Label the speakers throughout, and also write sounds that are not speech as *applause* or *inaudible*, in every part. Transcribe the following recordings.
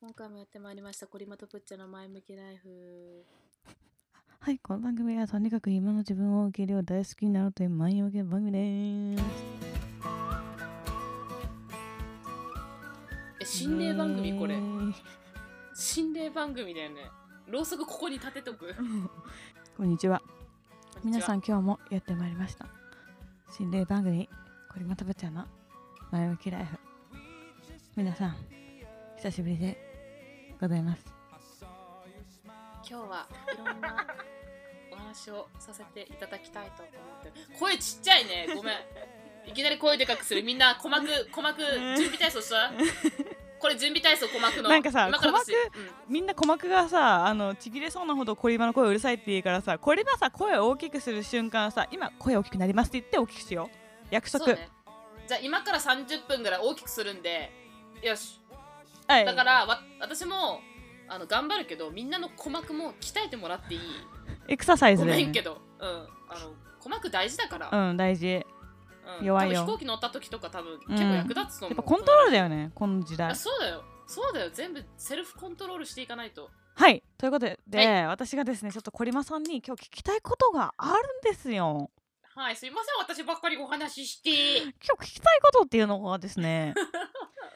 Speaker 1: 今回もやってまいりました、コリマとプッチャの前向きライフ。
Speaker 2: はい、この番組はとにかく今の自分を受け入れよう大好きになろうという万葉系番組です。
Speaker 1: え、心霊番組これ
Speaker 2: イエ。ーイ
Speaker 1: 心霊番組だよね。ろうそくここに立てとく。
Speaker 2: こんにちは。皆さ
Speaker 1: ん。
Speaker 2: ん今日もやってまいりました。心霊番組、こりまたぶちゃんの前向きライフ。皆さん、久しぶりでございます。
Speaker 1: 今日はいろんなお話をさせていただきたいと思ってる。声ちっちゃいね。ご
Speaker 2: *laughs*
Speaker 1: めん。いきなり声でかくする。みんな鼓膜、鼓膜、準備体操したこれ準備体操鼓膜の。
Speaker 2: なんかさ
Speaker 1: 今から私
Speaker 2: 鼓みんな鼓膜がさあのちぎれそうなほどコリマの声うるさいって言うからさコリマさ声を大きくする瞬間さ今声大きくなりますって言って大きくしよう約
Speaker 1: うん、
Speaker 2: 束、
Speaker 1: そうね。じゃあ今から30分ぐらい大きくするんで、よし。
Speaker 2: はい
Speaker 1: だからわ私もあの頑張るけどみんなの鼓膜も鍛えてもらっていい
Speaker 2: エクササイ
Speaker 1: ご
Speaker 2: ズだよ
Speaker 1: め
Speaker 2: ね
Speaker 1: んけど、うん、あの鼓膜大事だから、
Speaker 2: うん大事や
Speaker 1: うん
Speaker 2: 弱いよ
Speaker 1: 多分飛行機乗った時とか多分
Speaker 2: うん
Speaker 1: 結構役立つと思う、
Speaker 2: っぱコントロールだよねこの時代
Speaker 1: あそうだよそうだよ全部セルフコントロールしていかないと
Speaker 2: はいということで、で
Speaker 1: は
Speaker 2: 私がですねちょっとコリマさんに今日聞きたいことがあるんですよ
Speaker 1: はいすいません私ばっかりお話しして、
Speaker 2: 今日聞きたいことっていうのがで
Speaker 1: *laughs*
Speaker 2: すね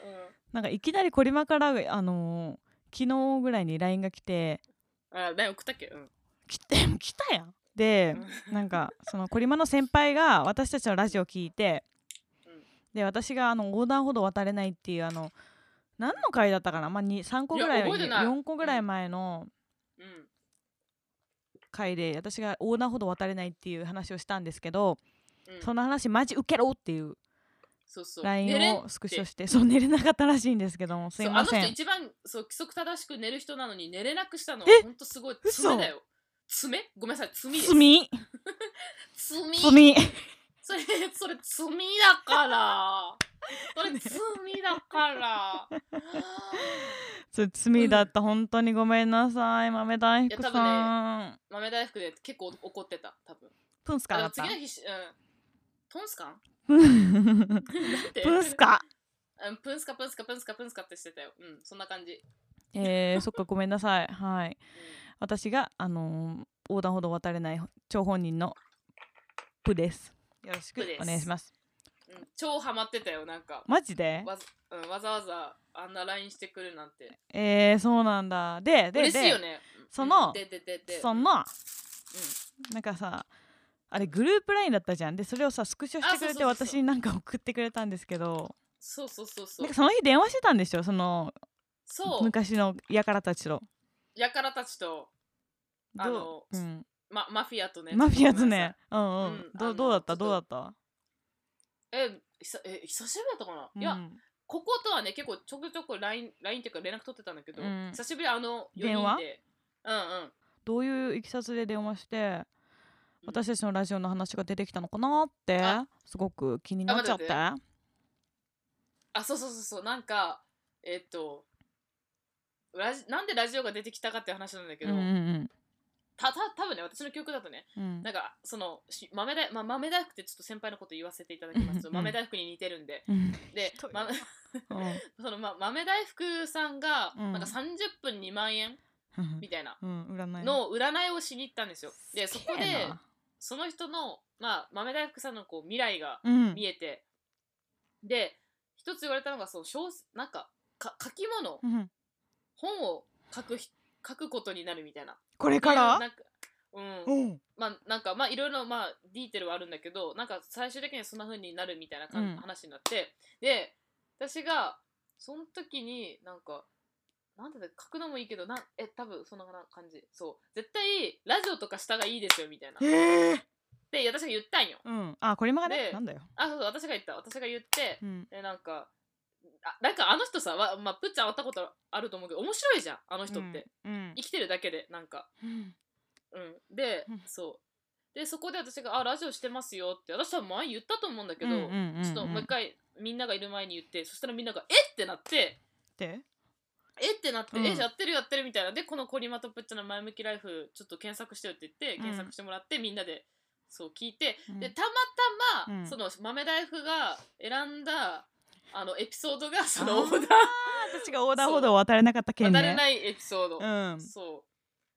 Speaker 1: う
Speaker 2: なんかいきなりコリマからあのー昨日ぐらいに LINE が来て
Speaker 1: ん、あ LINE 送ったっけうん
Speaker 2: 来て来たやんでなんかそのコリマの先輩が私たちのラジオ聞いて、
Speaker 1: うん
Speaker 2: で私があの横断歩道渡れないっていうあの何の回だったかな、まあ、に3個ぐらい
Speaker 1: いや覚えてない
Speaker 2: 4個ぐらい前の
Speaker 1: うん
Speaker 2: 回で私が横断歩道渡れないっていう話をしたんですけど、
Speaker 1: うん、
Speaker 2: その話マジウケろっていう
Speaker 1: そうそう
Speaker 2: LINE をスクショしてそう寝れなかったらしいんですけどもす
Speaker 1: そう
Speaker 2: い
Speaker 1: あ
Speaker 2: ま
Speaker 1: の
Speaker 2: せ
Speaker 1: 人
Speaker 2: ん
Speaker 1: 一番そう規則正しく寝る人なのに寝れなくしたの
Speaker 2: え
Speaker 1: ほんとすごい
Speaker 2: 嘘
Speaker 1: 爪だよ爪ごめんなさい罪です
Speaker 2: 罪
Speaker 1: 罪
Speaker 2: 罪
Speaker 1: それそれ罪だから
Speaker 2: *laughs*
Speaker 1: それ罪だから
Speaker 2: そう罪だった本当にごめんなさい豆大福
Speaker 1: いや多
Speaker 2: さん、
Speaker 1: 豆大福で結構怒ってた多分
Speaker 2: プンスカだ
Speaker 1: あ
Speaker 2: っ
Speaker 1: 次
Speaker 2: た
Speaker 1: の日しうんトンスカン
Speaker 2: *laughs* プ
Speaker 1: なんて
Speaker 2: ンスカ
Speaker 1: うんプンスカプンスカプンスカプンスカってしてたようんそんな感じ、
Speaker 2: えー、そっかごめんなさいはい
Speaker 1: うん
Speaker 2: 私があのー横断歩道渡れない張本人のプですよろしく
Speaker 1: プです
Speaker 2: お願いします
Speaker 1: うん超ハマってたよなんか
Speaker 2: マジで
Speaker 1: わ,、うん、わざわざあんな LINE してくるなんて
Speaker 2: えー、そうなんだでで
Speaker 1: 嬉しいよ
Speaker 2: で
Speaker 1: ね
Speaker 2: その
Speaker 1: うんでででで
Speaker 2: そ
Speaker 1: うん
Speaker 2: のなんかさあれグループラインだったじゃんでそれをさスクショしてくれて
Speaker 1: あそうそうそうそう
Speaker 2: 私になんか送ってくれたんですけど
Speaker 1: そうそうそうそ
Speaker 2: な
Speaker 1: う
Speaker 2: んかその日電話してたんでしょその
Speaker 1: そう
Speaker 2: 昔のやからたちと
Speaker 1: やからたちとあの
Speaker 2: どう、うん、
Speaker 1: ま、マフィアとね
Speaker 2: マフィアと
Speaker 1: ごめんなさい
Speaker 2: ねうんうん、
Speaker 1: うんあ
Speaker 2: ど
Speaker 1: の
Speaker 2: うどうだっ
Speaker 1: ちょ
Speaker 2: た
Speaker 1: っと
Speaker 2: どうだった
Speaker 1: え久え久しぶりだったかな、
Speaker 2: うん
Speaker 1: いやこことはね結構ちょくちょく LINE, LINE っていうか連絡取ってたんだけど、
Speaker 2: うん
Speaker 1: 久しぶりあの4人で
Speaker 2: 電話
Speaker 1: うんうん
Speaker 2: どういういきさつで電話して
Speaker 1: うん
Speaker 2: 私たちのラジオの話が出てきたのかなって
Speaker 1: あ
Speaker 2: すごく気になっちゃって
Speaker 1: あそうそうそうそうなんかえっとラジなんでラジオが出てきたかっていう話なんだけ
Speaker 2: うん
Speaker 1: ど、
Speaker 2: うん
Speaker 1: たた多分ね私の記憶だとね
Speaker 2: うんうん
Speaker 1: なんかそのし豆大,、まあ、豆大福ってちょっと先輩のこと言わせていただきますと
Speaker 2: うん
Speaker 1: 豆大福に似てるんで
Speaker 2: うん
Speaker 1: で
Speaker 2: ひどい、
Speaker 1: ま、 *laughs*
Speaker 2: うん
Speaker 1: その、ま、豆大福さんが
Speaker 2: うん
Speaker 1: なんか30分2万円 *laughs* みたいな
Speaker 2: うん占い
Speaker 1: の占いをしに行ったんですよ。でそこ
Speaker 2: すげえ
Speaker 1: で
Speaker 2: な
Speaker 1: その人の、まあ、豆大福さんのこう未来が
Speaker 2: うん
Speaker 1: 見えて、で一つ言われたのがそう小なんかか書き物
Speaker 2: うん
Speaker 1: 本を書くひ書くことになるみたいな。
Speaker 2: これから
Speaker 1: なんかうん
Speaker 2: うん
Speaker 1: まあなんかまあいろいろまあディーテルはあるんだけどなんか最終的にはそんな風になるみたいな感
Speaker 2: うん
Speaker 1: 話になって、で私がその時になんかなんて言うんだ書くのもいいけどなんえ多分そんな感じそう絶対ラジオとかしたがいいですよみたいな
Speaker 2: へえ
Speaker 1: で私が言ったんよ
Speaker 2: うんあこれまがね
Speaker 1: で
Speaker 2: なんだよ
Speaker 1: あそうそう私が言った私が言って
Speaker 2: うん
Speaker 1: でなんかあなんかあの人さ、わまあ、プッちゃん会ったことあると思うけど面白いじゃんあの人って、
Speaker 2: うん
Speaker 1: 生きてるだけでなんか
Speaker 2: うん
Speaker 1: うん、で、
Speaker 2: うん
Speaker 1: そうでそこで私が「あラジオしてますよ」って私は前言ったと思うんだけど、
Speaker 2: うんうんうん
Speaker 1: ちょっともう一回みんながいる前に言ってそしたらみんなが「えっ!」てなって
Speaker 2: で
Speaker 1: 「えっ!」てなって「
Speaker 2: うん
Speaker 1: えやってるやってる」みたいなでこの「コリマとプッチャの前向きライフ」ちょっと検索してよって言って
Speaker 2: ん
Speaker 1: 検索してもらって、みんなでそう聞いて、
Speaker 2: うん
Speaker 1: でたまたま、
Speaker 2: うん
Speaker 1: その豆大福が選んだあのエピソードがそ
Speaker 2: あ
Speaker 1: の
Speaker 2: ー
Speaker 1: オーダー
Speaker 2: 私が横断歩道を渡れなかった件ね
Speaker 1: 渡れないエピソード、
Speaker 2: うん
Speaker 1: そう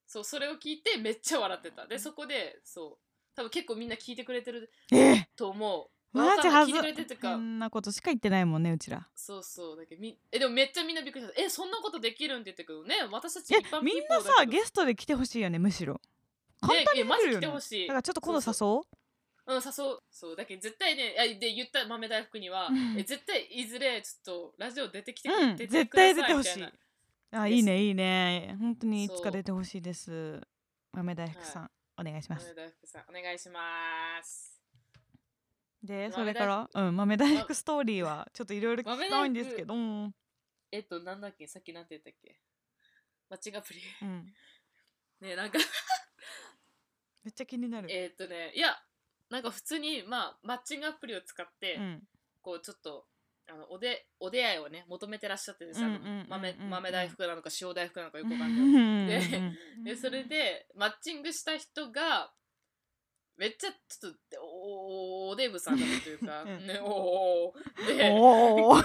Speaker 1: そうそれを聞いてめっちゃ笑ってたでそこでそう多分結構みんな聞いてくれてる
Speaker 2: ええ
Speaker 1: と思う
Speaker 2: マジ
Speaker 1: 聞
Speaker 2: はず
Speaker 1: いてくれてるっていう
Speaker 2: こ
Speaker 1: か
Speaker 2: んなことしか言ってないもんねうちら
Speaker 1: そうそうだけどみえでもめっちゃみんなびっくりしたえそんなことできるんって言ってくるね私たち
Speaker 2: え
Speaker 1: 一般
Speaker 2: みん
Speaker 1: ピーポ
Speaker 2: な
Speaker 1: ーだ
Speaker 2: さ
Speaker 1: けど
Speaker 2: ゲストで来てほしいよねむしろ簡
Speaker 1: ね
Speaker 2: 単に
Speaker 1: えマ
Speaker 2: 来
Speaker 1: ジ
Speaker 2: る
Speaker 1: 来
Speaker 2: よ
Speaker 1: て
Speaker 2: ね
Speaker 1: ほしい
Speaker 2: だからちょっと今度
Speaker 1: そう
Speaker 2: 誘おう
Speaker 1: うん、誘う。そう。だけど絶対ね、あで言った豆大福には、
Speaker 2: うん
Speaker 1: え絶対いずれちょっとラジオ出てきてく、
Speaker 2: うん
Speaker 1: 出て
Speaker 2: 絶
Speaker 1: くださ
Speaker 2: 対出てほし
Speaker 1: み
Speaker 2: い
Speaker 1: たな
Speaker 2: あ
Speaker 1: です
Speaker 2: いいねいいね本当にいつ
Speaker 1: そ
Speaker 2: か
Speaker 1: う
Speaker 2: 出てほしいです豆大福さん、お願いします
Speaker 1: 豆大福さん、お願いします。
Speaker 2: で
Speaker 1: 豆
Speaker 2: それからうん豆大福ストーリーはちょっといろいろ聞
Speaker 1: 豆大
Speaker 2: きた
Speaker 1: 福
Speaker 2: いんですけどうん
Speaker 1: えっと、なんだっけさっきなんて言ったっけマッチングアプリ。 *laughs*
Speaker 2: うん
Speaker 1: ね、なんか、 *laughs*
Speaker 2: めっちゃ気になる
Speaker 1: えっとね、いや、なんか普通に、まあ、マッチングアプリを使って、
Speaker 2: うん
Speaker 1: こう、ちょっと、あのおでお出会いをね求めてらっしゃってです、あ
Speaker 2: うんうんうんうんう
Speaker 1: の
Speaker 2: ん
Speaker 1: 豆豆大福なのか塩大福なのかよくわかんないで
Speaker 2: で
Speaker 1: でそれでマッチングした人がめっちゃちょっとでおおおデブさんだったというか、
Speaker 2: うん
Speaker 1: ね、おーで
Speaker 2: お
Speaker 1: *laughs*
Speaker 2: お
Speaker 1: お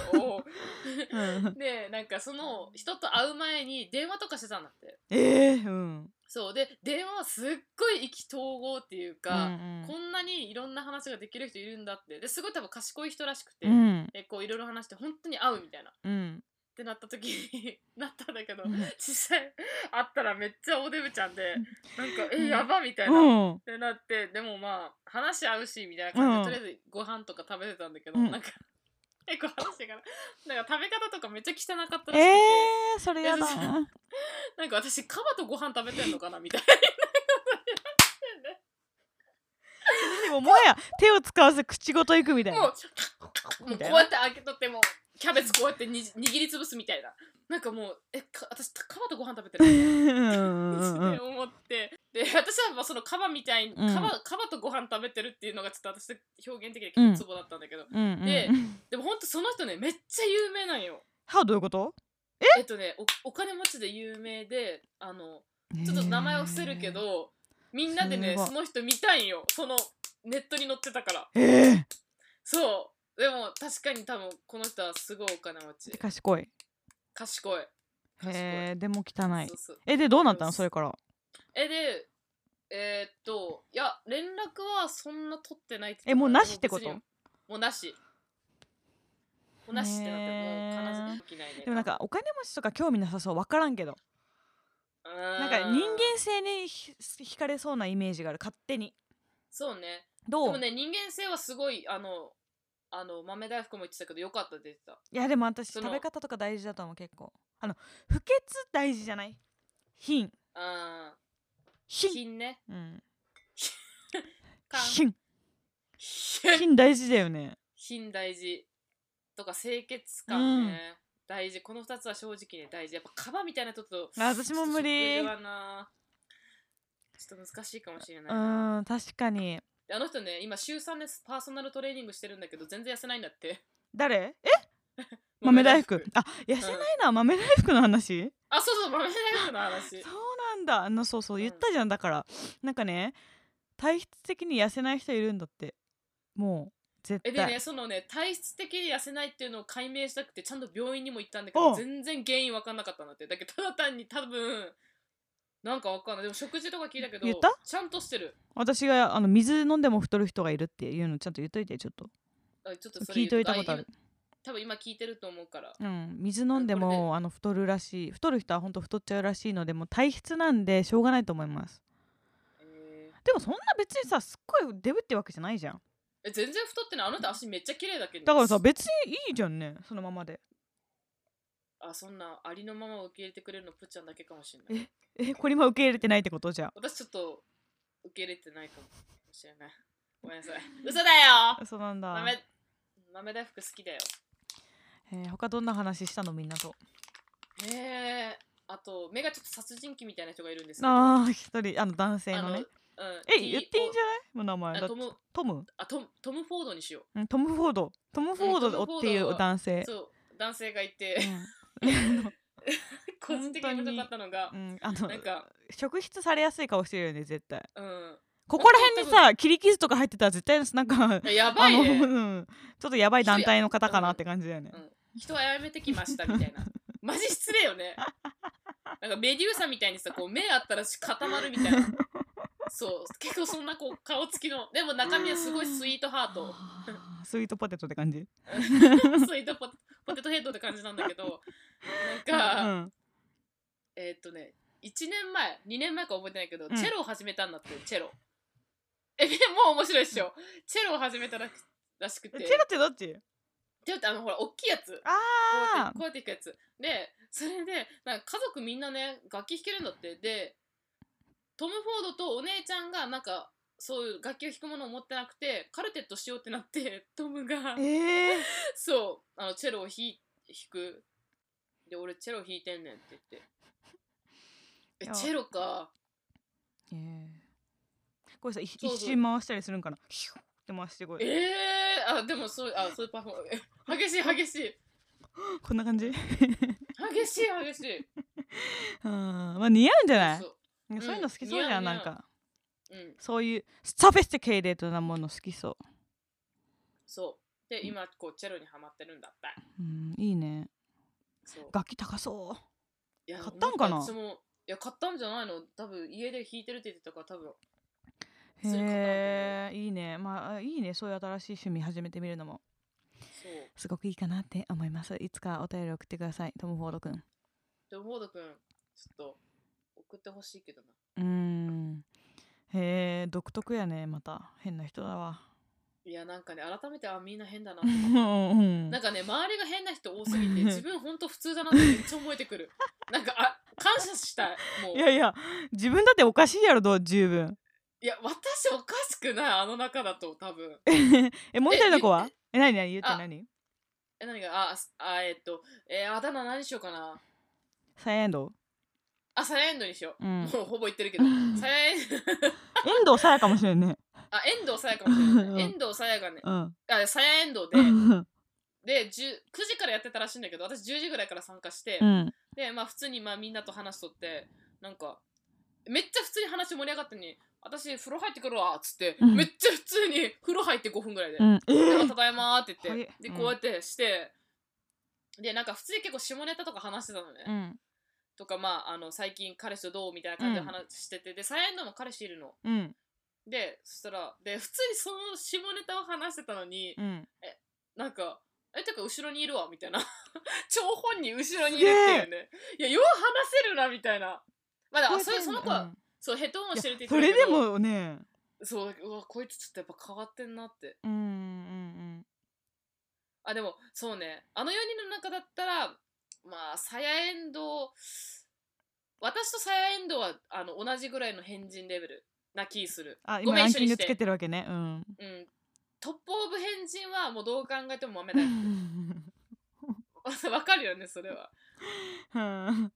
Speaker 1: ーでなんかその人と会う前に電話とかしてたんだって
Speaker 2: ええうん
Speaker 1: そうで電話はすっごい意気投合っていう
Speaker 2: う
Speaker 1: か、
Speaker 2: ん
Speaker 1: こんなにいろんな話ができる人いるんだってですごい多分賢い人らしくて、
Speaker 2: うん
Speaker 1: でこういろいろ話して本当に会うみたいなっ
Speaker 2: うん
Speaker 1: てなった時に *laughs* なったんだけど、
Speaker 2: うん
Speaker 1: *laughs* 実際会ったらめっちゃおデブちゃんでなんか
Speaker 2: うん
Speaker 1: えやばみたいな。
Speaker 2: うん
Speaker 1: ってなってでもまあ話合うしみたいな感じで、
Speaker 2: うん
Speaker 1: とりあえずご飯とか食べてたんだけど、
Speaker 2: うん
Speaker 1: なんか *laughs* 結構話してからなんか食べ方とかめっちゃ汚かったらしくて、
Speaker 2: ええそれやだ
Speaker 1: いや
Speaker 2: うん
Speaker 1: なんか私カバとご飯食べてんのかなみたい
Speaker 2: でももはや手を使わず口ごといくみたい
Speaker 1: なも
Speaker 2: な
Speaker 1: うも
Speaker 2: み
Speaker 1: う
Speaker 2: たい
Speaker 1: こう
Speaker 2: な
Speaker 1: やって開けとってもキャベツこうやってにじ握りつぶすみたいななんかもうえか私カバとご飯食べてる
Speaker 2: う
Speaker 1: みたいなん
Speaker 2: うんうんう
Speaker 1: っ
Speaker 2: ん
Speaker 1: て思ってで私はまあそのカバみたいに、
Speaker 2: うん
Speaker 1: カバカバとご飯食べてるっていうのがちょっと私の表現的に結構ツボだったんだけど、
Speaker 2: うんうん
Speaker 1: で
Speaker 2: うん
Speaker 1: でもほんとその人ねめっちゃ有名なんよ
Speaker 2: はどういうこと
Speaker 1: えっとねおお金持ちで有名であのちょっと名前を伏せるけど、みんなでね
Speaker 2: すごい
Speaker 1: その人見たいんよそのネットに載ってたから
Speaker 2: えええ
Speaker 1: そうでも確かに多分この人はすごいお金持ち
Speaker 2: え賢い
Speaker 1: 賢い賢い
Speaker 2: へえでも汚い
Speaker 1: そうそう
Speaker 2: えでどうなった
Speaker 1: そ
Speaker 2: の
Speaker 1: う
Speaker 2: それから
Speaker 1: えでえーっといや連絡はそんな取ってないって
Speaker 2: えもうなしってこと
Speaker 1: でも別にもうなしもうなしってなってもう
Speaker 2: へ
Speaker 1: 悲
Speaker 2: ー
Speaker 1: しきないね
Speaker 2: でもなんかお金持ちとか興味なさそう分からんけど
Speaker 1: うー
Speaker 2: なんか人間性にひ惹かれそうなイメージがある勝手に
Speaker 1: そうね
Speaker 2: ど
Speaker 1: で
Speaker 2: う、
Speaker 1: もね人間性はすごいあのあの豆大福も言ってたけどよかったって言ってた
Speaker 2: いやでも私
Speaker 1: そ
Speaker 2: 食
Speaker 1: の
Speaker 2: べ方とか大事だと思う結構あの不潔大事じゃない品
Speaker 1: あー
Speaker 2: 品
Speaker 1: 品ね
Speaker 2: うん
Speaker 1: かん
Speaker 2: 品品大事だ
Speaker 1: *laughs*
Speaker 2: よね
Speaker 1: 品大事とか清潔感ね、大事この2つは正直ね大事やっぱカバみたいな人と
Speaker 2: あ私も無理
Speaker 1: ちょっと食事
Speaker 2: う
Speaker 1: はなちょっと難しいかもしれないな
Speaker 2: ーん確かに
Speaker 1: であの人ね今週3でパーソナルトレーニングしてるんだけど全然痩せないんだって
Speaker 2: 誰え *laughs* 豆大福あ痩せないな、豆大福の話
Speaker 1: あそうそう豆大福の話
Speaker 2: *laughs* そうなんだあのそうそう
Speaker 1: うん
Speaker 2: 言ったじゃんだからなんかね体質的に痩せない人いるんだってもう絶
Speaker 1: え
Speaker 2: 対
Speaker 1: でねそのね体質的に痩せないっていうのを解明したくてちゃんと病院にも行ったんだけど
Speaker 2: お
Speaker 1: 全然原因わかんなかったんだってだけどただ単に多分なんかわかんないでも食事とか聞いたけど
Speaker 2: 言った
Speaker 1: ちゃんとしてる
Speaker 2: 私があの水飲んでも太る人がいるっていうのちゃんと言っといてちょっと
Speaker 1: あちょっとそれ
Speaker 2: 聞いといたことある
Speaker 1: 言う多分今聞いてると思うから
Speaker 2: うん水飲んで
Speaker 1: これで
Speaker 2: もあの太るらしい太る人は本当太っちゃうらしいのでもう体質なんでしょうがないと思います
Speaker 1: えー
Speaker 2: でもそんな別にさすっごいデブってわけじゃないじゃん
Speaker 1: え全然太ってないあなた足めっちゃ綺麗だけど
Speaker 2: だからさ別にいいじゃんねそのままで
Speaker 1: あそんなありのままを受け入れてくれるのプッちゃんだけかもしれない
Speaker 2: えこれ今受け入れてないってことじゃ
Speaker 1: 私ちょっと受け入れてないかもしれないごめんなさい嘘だよ
Speaker 2: あそうなんだ、
Speaker 1: 豆豆大福好きだよ
Speaker 2: えー他どんな話したのみんなと
Speaker 1: ねえあと目がちょっと殺人鬼みたいな人がいるんですけど
Speaker 2: ああ一人あの男性のね
Speaker 1: あのうん、
Speaker 2: え言っていいんじゃないもう名前
Speaker 1: あ
Speaker 2: だって
Speaker 1: トム
Speaker 2: トム
Speaker 1: あトムトム・フォードにしよ
Speaker 2: うんトム・フォードトム・フォ
Speaker 1: うんトムフォ
Speaker 2: ー
Speaker 1: ード
Speaker 2: ドっていう男
Speaker 1: う
Speaker 2: 性
Speaker 1: そう男性がいて
Speaker 2: *laughs* うん *laughs*
Speaker 1: 個人的に面白かったのが
Speaker 2: うん、あの
Speaker 1: なんか
Speaker 2: 職質されやすい顔してるよね絶対
Speaker 1: うん
Speaker 2: ここら辺にさ切り傷とか入ってたら絶対なんか
Speaker 1: やば
Speaker 2: あ
Speaker 1: い
Speaker 2: の、
Speaker 1: ね、
Speaker 2: うん、ちょっとやばい団体の方かなって感じだよね
Speaker 1: う。ん、人はやめてきましたみたい
Speaker 2: *laughs*
Speaker 1: なマジ失礼よねなんかメデューサみたいにさこう目あったらし固まるみたいなそう結構そんなこう顔つきのでも中身はすごいスイートハー
Speaker 2: *laughs*
Speaker 1: ト
Speaker 2: あースイートポテトって感じ。
Speaker 1: スイートポテポテトヘッドって感じなんだけど
Speaker 2: う
Speaker 1: なんか、
Speaker 2: ん、
Speaker 1: えーっとね1年前2年前か覚えてないけど、
Speaker 2: うん
Speaker 1: チェロを始めたんだってチェロえでもう面白いっしょチェロを始めたららしくて
Speaker 2: チェロってどっち？
Speaker 1: チェロってあのほら大きいやつこうやっ
Speaker 2: あ
Speaker 1: てこうやっていくやつでそれでなんか家族みんなね楽器弾けるんだってでトム・フォードとお姉ちゃんがなんかそういう楽器を弾くものを持ってなくてカルテットしようってなってトムが
Speaker 2: あ。ええ
Speaker 1: そうあのチェロを弾い弾くで俺チェロ弾いてんねんって言ってえ
Speaker 2: いや
Speaker 1: チェロか
Speaker 2: ええこれさい
Speaker 1: そうそう
Speaker 2: 一周回したりするんかな。ヒュッって回してこ
Speaker 1: え
Speaker 2: い。
Speaker 1: えあでもそうあそういうパフォーマンス激しい
Speaker 2: *laughs*
Speaker 1: 激しい
Speaker 2: こんな感じ？
Speaker 1: 激しい激しい
Speaker 2: あーまあ似合うんじゃない？
Speaker 1: そ
Speaker 2: そうういうの好きそう
Speaker 1: 似合う
Speaker 2: じゃん、
Speaker 1: 似合
Speaker 2: な
Speaker 1: うん
Speaker 2: か
Speaker 1: うん
Speaker 2: そういうサフェスティケイレートなもの好きそう。
Speaker 1: そうで今こうチェロにはまってるんだった
Speaker 2: うんいいね。
Speaker 1: そう
Speaker 2: 楽器高そう。
Speaker 1: いや
Speaker 2: 買ったんかなん
Speaker 1: 私もいや買ったんじゃないの多分家で弾いてるって言ってたから多分普通に買ったんだと思う
Speaker 2: へえいいねまあいいねそういう新しい趣味始めてみるのも
Speaker 1: そう
Speaker 2: すごくいいかなって思いますいつかお便り送ってくださいトム・フォードくん
Speaker 1: でもフォード君ちょっと送ってほしいけどな
Speaker 2: うーんへえ独特やねまた変な人だわ
Speaker 1: いやなんかね改めてあみんな変だなと
Speaker 2: う
Speaker 1: 思って
Speaker 2: ん
Speaker 1: なんかね周りが変な人多すぎて自分ほんと普通だなってめっちゃ思えてくるなんかあ感謝したいもう
Speaker 2: *laughs* いやいや自分だっておかしいやろどう十分 *laughs*
Speaker 1: いや私おかしくないあの中だと多分
Speaker 2: えもう一人の子 *laughs* は
Speaker 1: え
Speaker 2: え何何言うって
Speaker 1: あ
Speaker 2: 何
Speaker 1: え何があすあえっとえー、あだ名何しようかな
Speaker 2: サイエンド
Speaker 1: あサヤエンドにしよう、
Speaker 2: うん
Speaker 1: もうほぼ言ってるけどサヤエンド
Speaker 2: 遠藤さやかもしれんね
Speaker 1: あ遠藤さやかもしれない、ね、
Speaker 2: うん
Speaker 1: 遠藤さやがね
Speaker 2: うん
Speaker 1: あさや遠藤
Speaker 2: う
Speaker 1: で
Speaker 2: ん
Speaker 1: で10 9時からやってたらしいんだけど私10時ぐらいから参加して、
Speaker 2: うん
Speaker 1: でまあ普通にまあみんなと話しとってなんかめっちゃ普通に話盛り上がったのに私風呂入ってくるわっつって、
Speaker 2: うん
Speaker 1: めっちゃ普通に風呂入って5分ぐらいで「
Speaker 2: うんえ
Speaker 1: であ
Speaker 2: ー
Speaker 1: ただいま」って言
Speaker 2: は
Speaker 1: っ
Speaker 2: い
Speaker 1: てで
Speaker 2: うん
Speaker 1: こうやってして、でなんか普通に結構下ネタとか話してたのね、
Speaker 2: うん
Speaker 1: とかまああの最近彼氏とどうみたいな感じで話してて、でサヤエンドも彼氏いるの
Speaker 2: うん
Speaker 1: でそしたらで普通にその下ネタを話してたのに、
Speaker 2: うん
Speaker 1: なんか、え、てか後ろにいるわ、みたいな。 *laughs* 張本人後ろにいるっていうね。いや、よう話せるな、みたいな。まあ、だからそれその子は、
Speaker 2: うん
Speaker 1: そう、ヘッドホンしてるって
Speaker 2: それ
Speaker 1: た
Speaker 2: でもね
Speaker 1: そう、うわ、こいつちょっとやっぱ変わってんなって。
Speaker 2: うんうん
Speaker 1: あ、でも、そうね。あの4人の中だったら、まあ、サヤエンド、私とサヤエンドは、あの、同じぐらいの変人レベルな気する。
Speaker 2: あ
Speaker 1: ご
Speaker 2: 今
Speaker 1: めん
Speaker 2: ラン
Speaker 1: 一緒
Speaker 2: キン
Speaker 1: に
Speaker 2: グ
Speaker 1: し
Speaker 2: つ
Speaker 1: て
Speaker 2: けてるわけねうん
Speaker 1: *laughs* うん。トップオブ変人は、もうどう考えても豆だよ。 *laughs* わかるよね、それは。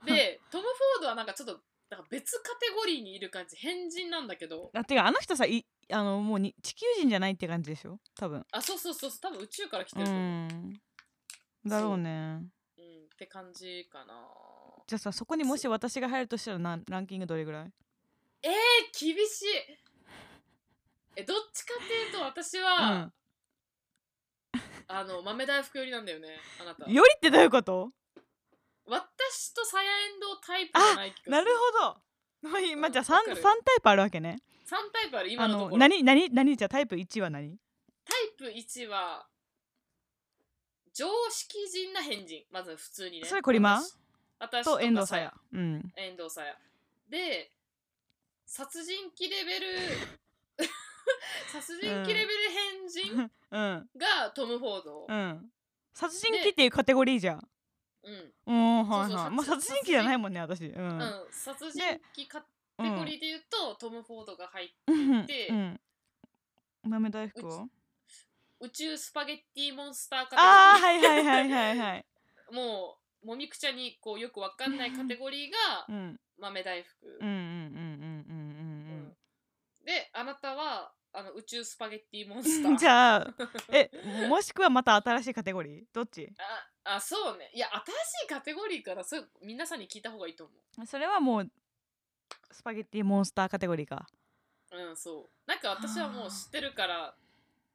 Speaker 1: でトム・フォードはなんかちょっとなんか別カテゴリーにいる感じ変人なんだけど
Speaker 2: だってかあの人さいあのもうに地球人じゃないって感じでしょ多分
Speaker 1: あそうそうそうそう多分宇宙から来て
Speaker 2: う
Speaker 1: ると思う、うん
Speaker 2: んだろうね
Speaker 1: って感じかな
Speaker 2: じゃあさそこにもし私が入るとしたらなんランキングどれぐらい
Speaker 1: え厳しいえどっちかっていうと私は、あの豆大福寄りなんだよねあなた
Speaker 2: うん、よりってどういうこと
Speaker 1: 私とサヤエンドタイプじゃない気が
Speaker 2: な
Speaker 1: す
Speaker 2: るほどまあ今じゃあ 3,
Speaker 1: わかる
Speaker 2: 三タイプあるわけね
Speaker 1: 3タイプある今
Speaker 2: あ
Speaker 1: のと
Speaker 2: の
Speaker 1: ころ
Speaker 2: 何何何じゃあタイプ1は何
Speaker 1: タイプ1は常識人な変人まず普通にね
Speaker 2: それコリマ
Speaker 1: 私
Speaker 2: と遠藤
Speaker 1: さ
Speaker 2: さ
Speaker 1: や
Speaker 2: やうん
Speaker 1: 遠藤さやで殺人鬼レベル
Speaker 2: *laughs*
Speaker 1: 殺人鬼レベル変人
Speaker 2: うん
Speaker 1: がトム・フォード、
Speaker 2: うん殺人鬼っていうカテゴリーじゃん
Speaker 1: うん
Speaker 2: うんはい
Speaker 1: そう
Speaker 2: は
Speaker 1: そ
Speaker 2: いうまあ殺
Speaker 1: 殺
Speaker 2: 人鬼じゃないもんね私う
Speaker 1: うん
Speaker 2: ん
Speaker 1: 殺人鬼カテゴリーで言うと、トム・フォードが入っ
Speaker 2: うん
Speaker 1: て
Speaker 2: うん豆大福を
Speaker 1: 宇宙スパゲッティモンスターカテゴリー
Speaker 2: ああはいはいはいは
Speaker 1: *laughs*
Speaker 2: いはい、
Speaker 1: もうもみくちゃにこうよくわかんないカテゴリーが
Speaker 2: うん、うん
Speaker 1: 豆大福、
Speaker 2: うんうんう
Speaker 1: うん
Speaker 2: ん
Speaker 1: であなたはあの宇宙スパゲッティモン
Speaker 2: うん
Speaker 1: ス
Speaker 2: う
Speaker 1: タ
Speaker 2: ん
Speaker 1: ー
Speaker 2: じゃあえもしくはまた新しいカテゴリーどっち
Speaker 1: ああそうねいや新しいカテゴリーからそれ皆さんに聞いた方がいいと思う
Speaker 2: それはもうスパゲッティモンスターカテゴリーか
Speaker 1: うんそうなんか私はもう知ってるから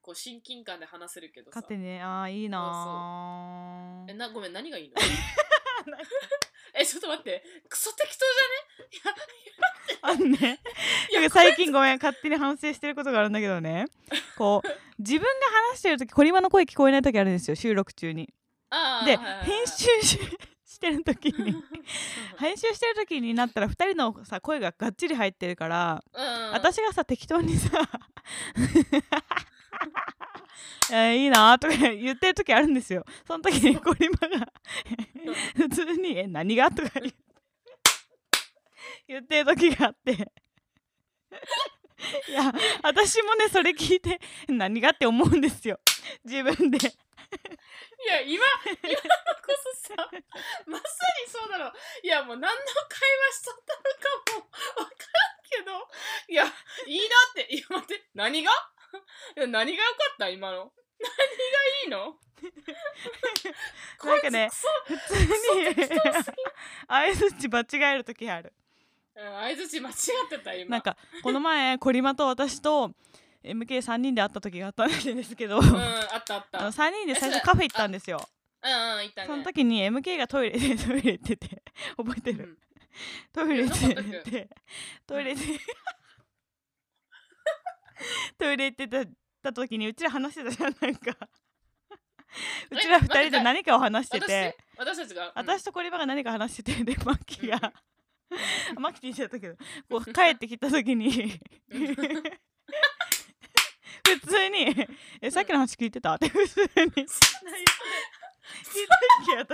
Speaker 1: こう親近感で話せるけどさ
Speaker 2: 勝手にねああいいな
Speaker 1: え
Speaker 2: ー
Speaker 1: なごめん何がいい
Speaker 2: *laughs*
Speaker 1: の *laughs* えちょっと待ってクソ適当じゃね
Speaker 2: あんね *laughs*
Speaker 1: いやいや
Speaker 2: 最近ごめん勝手に反省してることがあるんだけどねこう自分が話してる時コリマの声聞こえない時あるんですよ収録中に
Speaker 1: あー
Speaker 2: で
Speaker 1: はいはいはい
Speaker 2: 編集し *laughs* してる時に編集してる時になったら2人のさ声ががっちり入ってるから、
Speaker 1: うん、
Speaker 2: 私がさ適当にさ *laughs* 「えいいな」とか言ってる時あるんですよその時にコリマが普通に「え何が?」とか言って言ってる時があ
Speaker 1: *laughs*
Speaker 2: っていや私もねそれ聞いて「何が?」って思うんですよ自分で
Speaker 1: いや今今のこそさ *laughs* まさにそうだろういやもう何の会話しとったのかもわからんけどいやいいなっていや待って何が *laughs* いや何が良かった今の何がいいの
Speaker 2: *laughs* なんかね
Speaker 1: こいつクソ
Speaker 2: 普通に *laughs* 相づち間違える時ある
Speaker 1: *laughs* うん相づち間違ってた今
Speaker 2: なんかこの前コリマと私と MK3 人で会った時があったんですけど、
Speaker 1: うん
Speaker 2: あ
Speaker 1: あったあった
Speaker 2: の3人で最初カフェ行ったんですよ
Speaker 1: うんうんいたね
Speaker 2: その時に MK がトイレで *laughs* トイレ行ってて覚えてる、トイレ行っててトイレでトイレ行ってたた時にうちら話してたじゃんなんかうちら2人で何かを話してて
Speaker 1: 私私たちが、うん
Speaker 2: 私とコリバが何か話しててでマッキーが、 *laughs* マッキーって言っちゃったけどこう帰ってきた時に
Speaker 1: うん
Speaker 2: *laughs* 普通に「えさっきの話聞いてた?」って普通に聞いて *laughs* るけ私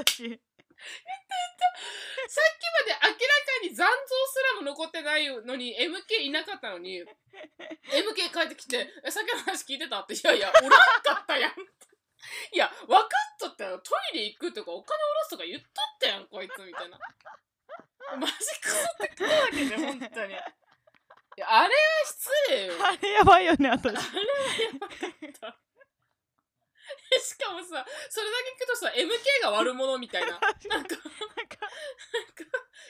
Speaker 1: さっきまで明らかに残像すらも残ってないのに MK いなかったのに MK 帰ってきて「えさっきの話聞いてた?」って「いやいやおらんかったやん」いや分かっとったよトイレ行くとかお金下ろすとか言っとったやんこいつ」みたいなマジクソ
Speaker 2: *laughs*
Speaker 1: ってことだけど本当にいやあれは失礼よ
Speaker 2: あれやばいよ
Speaker 1: *laughs*
Speaker 2: ね
Speaker 1: あれ
Speaker 2: 私
Speaker 1: はやばかった。え *laughs* しかもさ、それだけ聞くとさ、MK が悪者みたいな。なんか、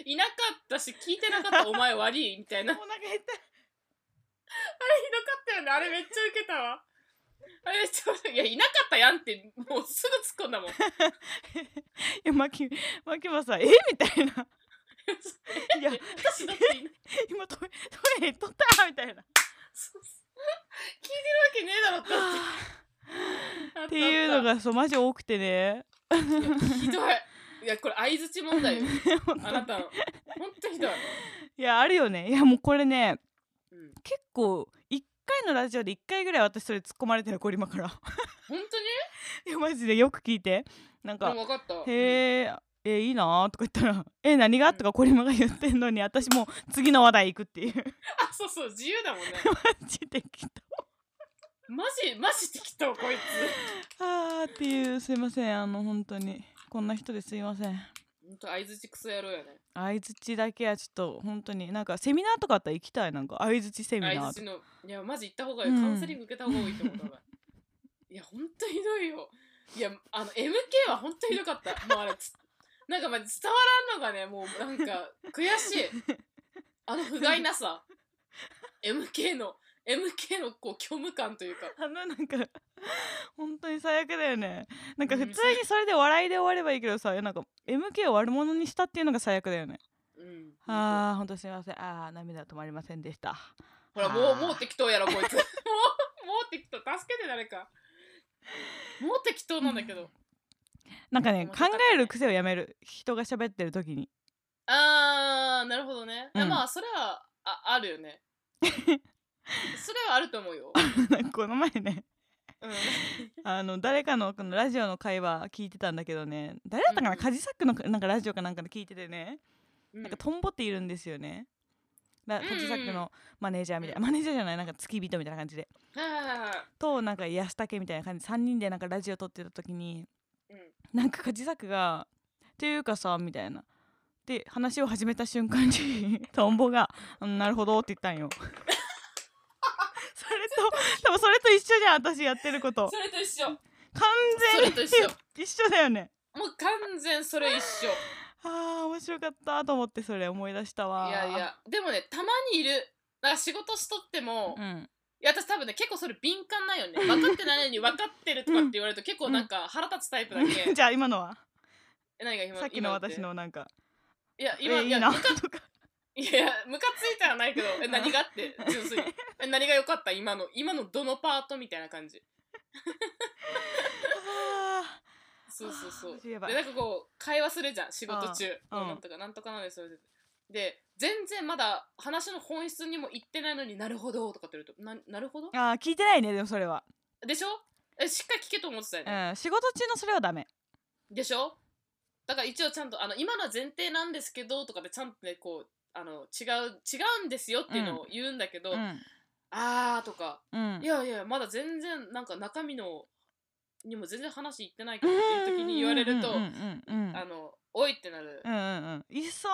Speaker 1: いなかったし、聞いてなかったお前悪いみた *laughs* いな。あれ
Speaker 2: お腹減った
Speaker 1: ひどかったよね。あれめっちゃウケたわ。あれめっちゃ、いや、いなかったやんって、もうすぐ突っ込んだもん。い
Speaker 2: いやマキマキもさ「えみたいな「いや
Speaker 1: や、私だっていな
Speaker 2: 今トイトイレ行っとった!」みたいな
Speaker 1: そう聞いてるわけねえだろ
Speaker 2: っていうのがそうマジ多くてね
Speaker 1: が。ひどい。いや、これ相づち問題よ。あなたの。ほんとひどい。
Speaker 2: いやあるよねいやもうこれね
Speaker 1: うん、
Speaker 2: 結構1回のラジオで1回ぐらい私それ突っ込まれてるコリマから *laughs*
Speaker 1: ほんとに
Speaker 2: いやマジでよく聞いてなんか
Speaker 1: うん分かった。
Speaker 2: 「へーえいいな」とか言ったら *laughs* 「え何が?」とかコリマが言ってんのに私もう次の話題行くっていう *laughs*
Speaker 1: あそうそう自由だもんね
Speaker 2: マジできた *laughs*
Speaker 1: マジマジ適当こいつ
Speaker 2: あーっていうすいませんあの本当にこんな人ですいません
Speaker 1: ほんと相づちクソ野郎やね
Speaker 2: 相づちだけはちょっと本当になんかセミナーとかあったら行きたいなんか相づちセミナ
Speaker 1: 相
Speaker 2: ー
Speaker 1: づ
Speaker 2: と
Speaker 1: ち
Speaker 2: か
Speaker 1: のいやマジ行った方がいい、
Speaker 2: うん
Speaker 1: カウンセリング受けた方がいいと思う多分
Speaker 2: *laughs*
Speaker 1: いやほんとひどいよいやあの MK はほんとひどかったもうあれつなんかまあ伝わらんのがねもうなんか悔しいあの不甲斐なさ MK の MK のこう虚無感というか
Speaker 2: あのなんか *laughs* 本当に最悪だよねなんか普通にそれで笑いで終わればいいけどさいやなんか MK を悪者にしたっていうのが最悪だよね
Speaker 1: うん
Speaker 2: あー本当すいませんあー涙止まりませんでした
Speaker 1: ほらも
Speaker 2: あ
Speaker 1: う
Speaker 2: ー
Speaker 1: もう適当やろこいつ *laughs* もうもう適当助けて誰かもう適当なんだけど、
Speaker 2: なんかね
Speaker 1: 面
Speaker 2: 考
Speaker 1: 白かったね
Speaker 2: える癖をやめる人が喋ってる時に *laughs*
Speaker 1: あーなるほどね、
Speaker 2: うん
Speaker 1: まあそれはああるよ
Speaker 2: *laughs*
Speaker 1: ねそれはあると思うよ、
Speaker 2: なんかこの前ね
Speaker 1: うん、
Speaker 2: あの誰かのこのラジオの会話聞いてたんだけどね誰だったかな、
Speaker 1: うん
Speaker 2: カジサックのなんかラジオかなんかで聞いててね、
Speaker 1: うん
Speaker 2: なんかトンボっているんですよねだ
Speaker 1: うん
Speaker 2: カ
Speaker 1: うんうん
Speaker 2: ジサックのマネージャーみたいな、マネージャーじゃないなんか付き人みたいな感じで
Speaker 1: はいはいはいはい
Speaker 2: となんか安武みたいな感じ3人でなんかラジオ撮ってた時に
Speaker 1: うん
Speaker 2: なんかカジサックが「っていうかさ」みたいな。で話を始めた瞬
Speaker 1: *laughs*
Speaker 2: 間にトンボが「うんなるほど」って言ったんよ。それと多分それと一緒じゃん私やってること
Speaker 1: それと一緒
Speaker 2: 完
Speaker 1: そ
Speaker 2: 全
Speaker 1: れ
Speaker 2: に
Speaker 1: と一緒
Speaker 2: 一緒だよね
Speaker 1: もう完全それ一緒
Speaker 2: あー面白かったと思ってそれ思い出したわ
Speaker 1: いやいやでもねたまにいるなんか仕事しとっても、
Speaker 2: う
Speaker 1: い
Speaker 2: ん
Speaker 1: や私多分ね結構それ敏感なんよね分かってないのに分かってるとかって言われると結構なんか腹立つタイプだけ、え
Speaker 2: *laughs* じゃあ今のは
Speaker 1: 何が今
Speaker 2: さっき
Speaker 1: 今
Speaker 2: の
Speaker 1: って
Speaker 2: 私のなんか
Speaker 1: いや
Speaker 2: 「え
Speaker 1: 今、
Speaker 2: ーい
Speaker 1: い
Speaker 2: い
Speaker 1: や
Speaker 2: な」とか
Speaker 1: いやムカついたらないけどえ何がって
Speaker 2: *laughs*
Speaker 1: 純粋にえ何が良かった今の今のどのパートみたいな感じ
Speaker 2: あ
Speaker 1: そうそうそ
Speaker 2: あ
Speaker 1: う
Speaker 2: ーや
Speaker 1: で
Speaker 2: ばい
Speaker 1: なんかこう会話するじゃん仕事中
Speaker 2: うんうん
Speaker 1: なんとかなんとかなんですよで全然まだ話の本質にも言ってないのになるほどとかって言うとななるほど
Speaker 2: ーあー聞いてないねでもそれは、
Speaker 1: でしょえしっかり聞けと思ってたよね、
Speaker 2: うん、仕事中のそれはダメ
Speaker 1: でしょだから一応ちゃんとあの今のは前提なんですけどとかでちゃんとねこうあの違う違うんですよっていうのを言うんだけど、
Speaker 2: うん
Speaker 1: あーとか
Speaker 2: うん
Speaker 1: いやいやまだ全然なんか中身のにも全然話いってないからっていう時に言われると
Speaker 2: うんうんうんうん
Speaker 1: あのおいってなる、
Speaker 2: うんうんうんいそう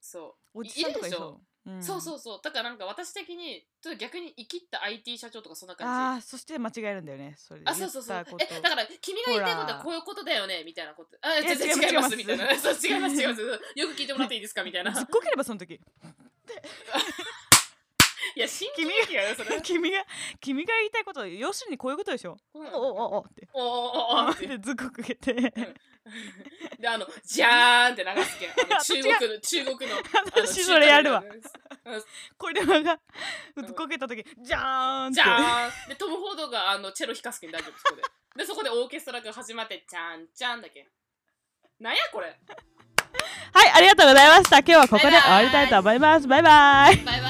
Speaker 1: そ
Speaker 2: おじさんとかい
Speaker 1: いるでしょ
Speaker 2: そう、う
Speaker 1: う、
Speaker 2: ん
Speaker 1: そうそうそうだからなんか私的にちょっと逆に生きった IT 社長とかそんな
Speaker 2: あ
Speaker 1: 感じ
Speaker 2: あそして間違えるんだよねそれで
Speaker 1: あそうそうそう
Speaker 2: 言ったこと
Speaker 1: えだから君が言いたいことは
Speaker 2: ほら
Speaker 1: こういうことだよねみたいなことあ
Speaker 2: いや
Speaker 1: 全然
Speaker 2: 違います
Speaker 1: 違いますみ
Speaker 2: 違いま
Speaker 1: たいな
Speaker 2: す
Speaker 1: そう違います違いますよく聞いてもらっていいですかみたいな
Speaker 2: ずっこければその時 *laughs*
Speaker 1: いや新喜劇やよそれ
Speaker 2: 君が君が言いたいこと要するにこういうことでしょ
Speaker 1: お
Speaker 2: おおおおって
Speaker 1: おおおおって
Speaker 2: でずっこけて
Speaker 1: であのじゃーんって流すけんあの中国の中国のあの
Speaker 2: 私それやるわ
Speaker 1: 中華の
Speaker 2: これがずっこけた時じゃーんって
Speaker 1: じゃーんでトム・フォードがあのチェロ弾かすけん大丈夫そこ
Speaker 2: *laughs*
Speaker 1: ででそこでオーケストラが始まってちゃんちゃんだけんなんやこれ
Speaker 2: はいありがとうございました今日はここで終わりたいと思いますバイバイ
Speaker 1: バイバイ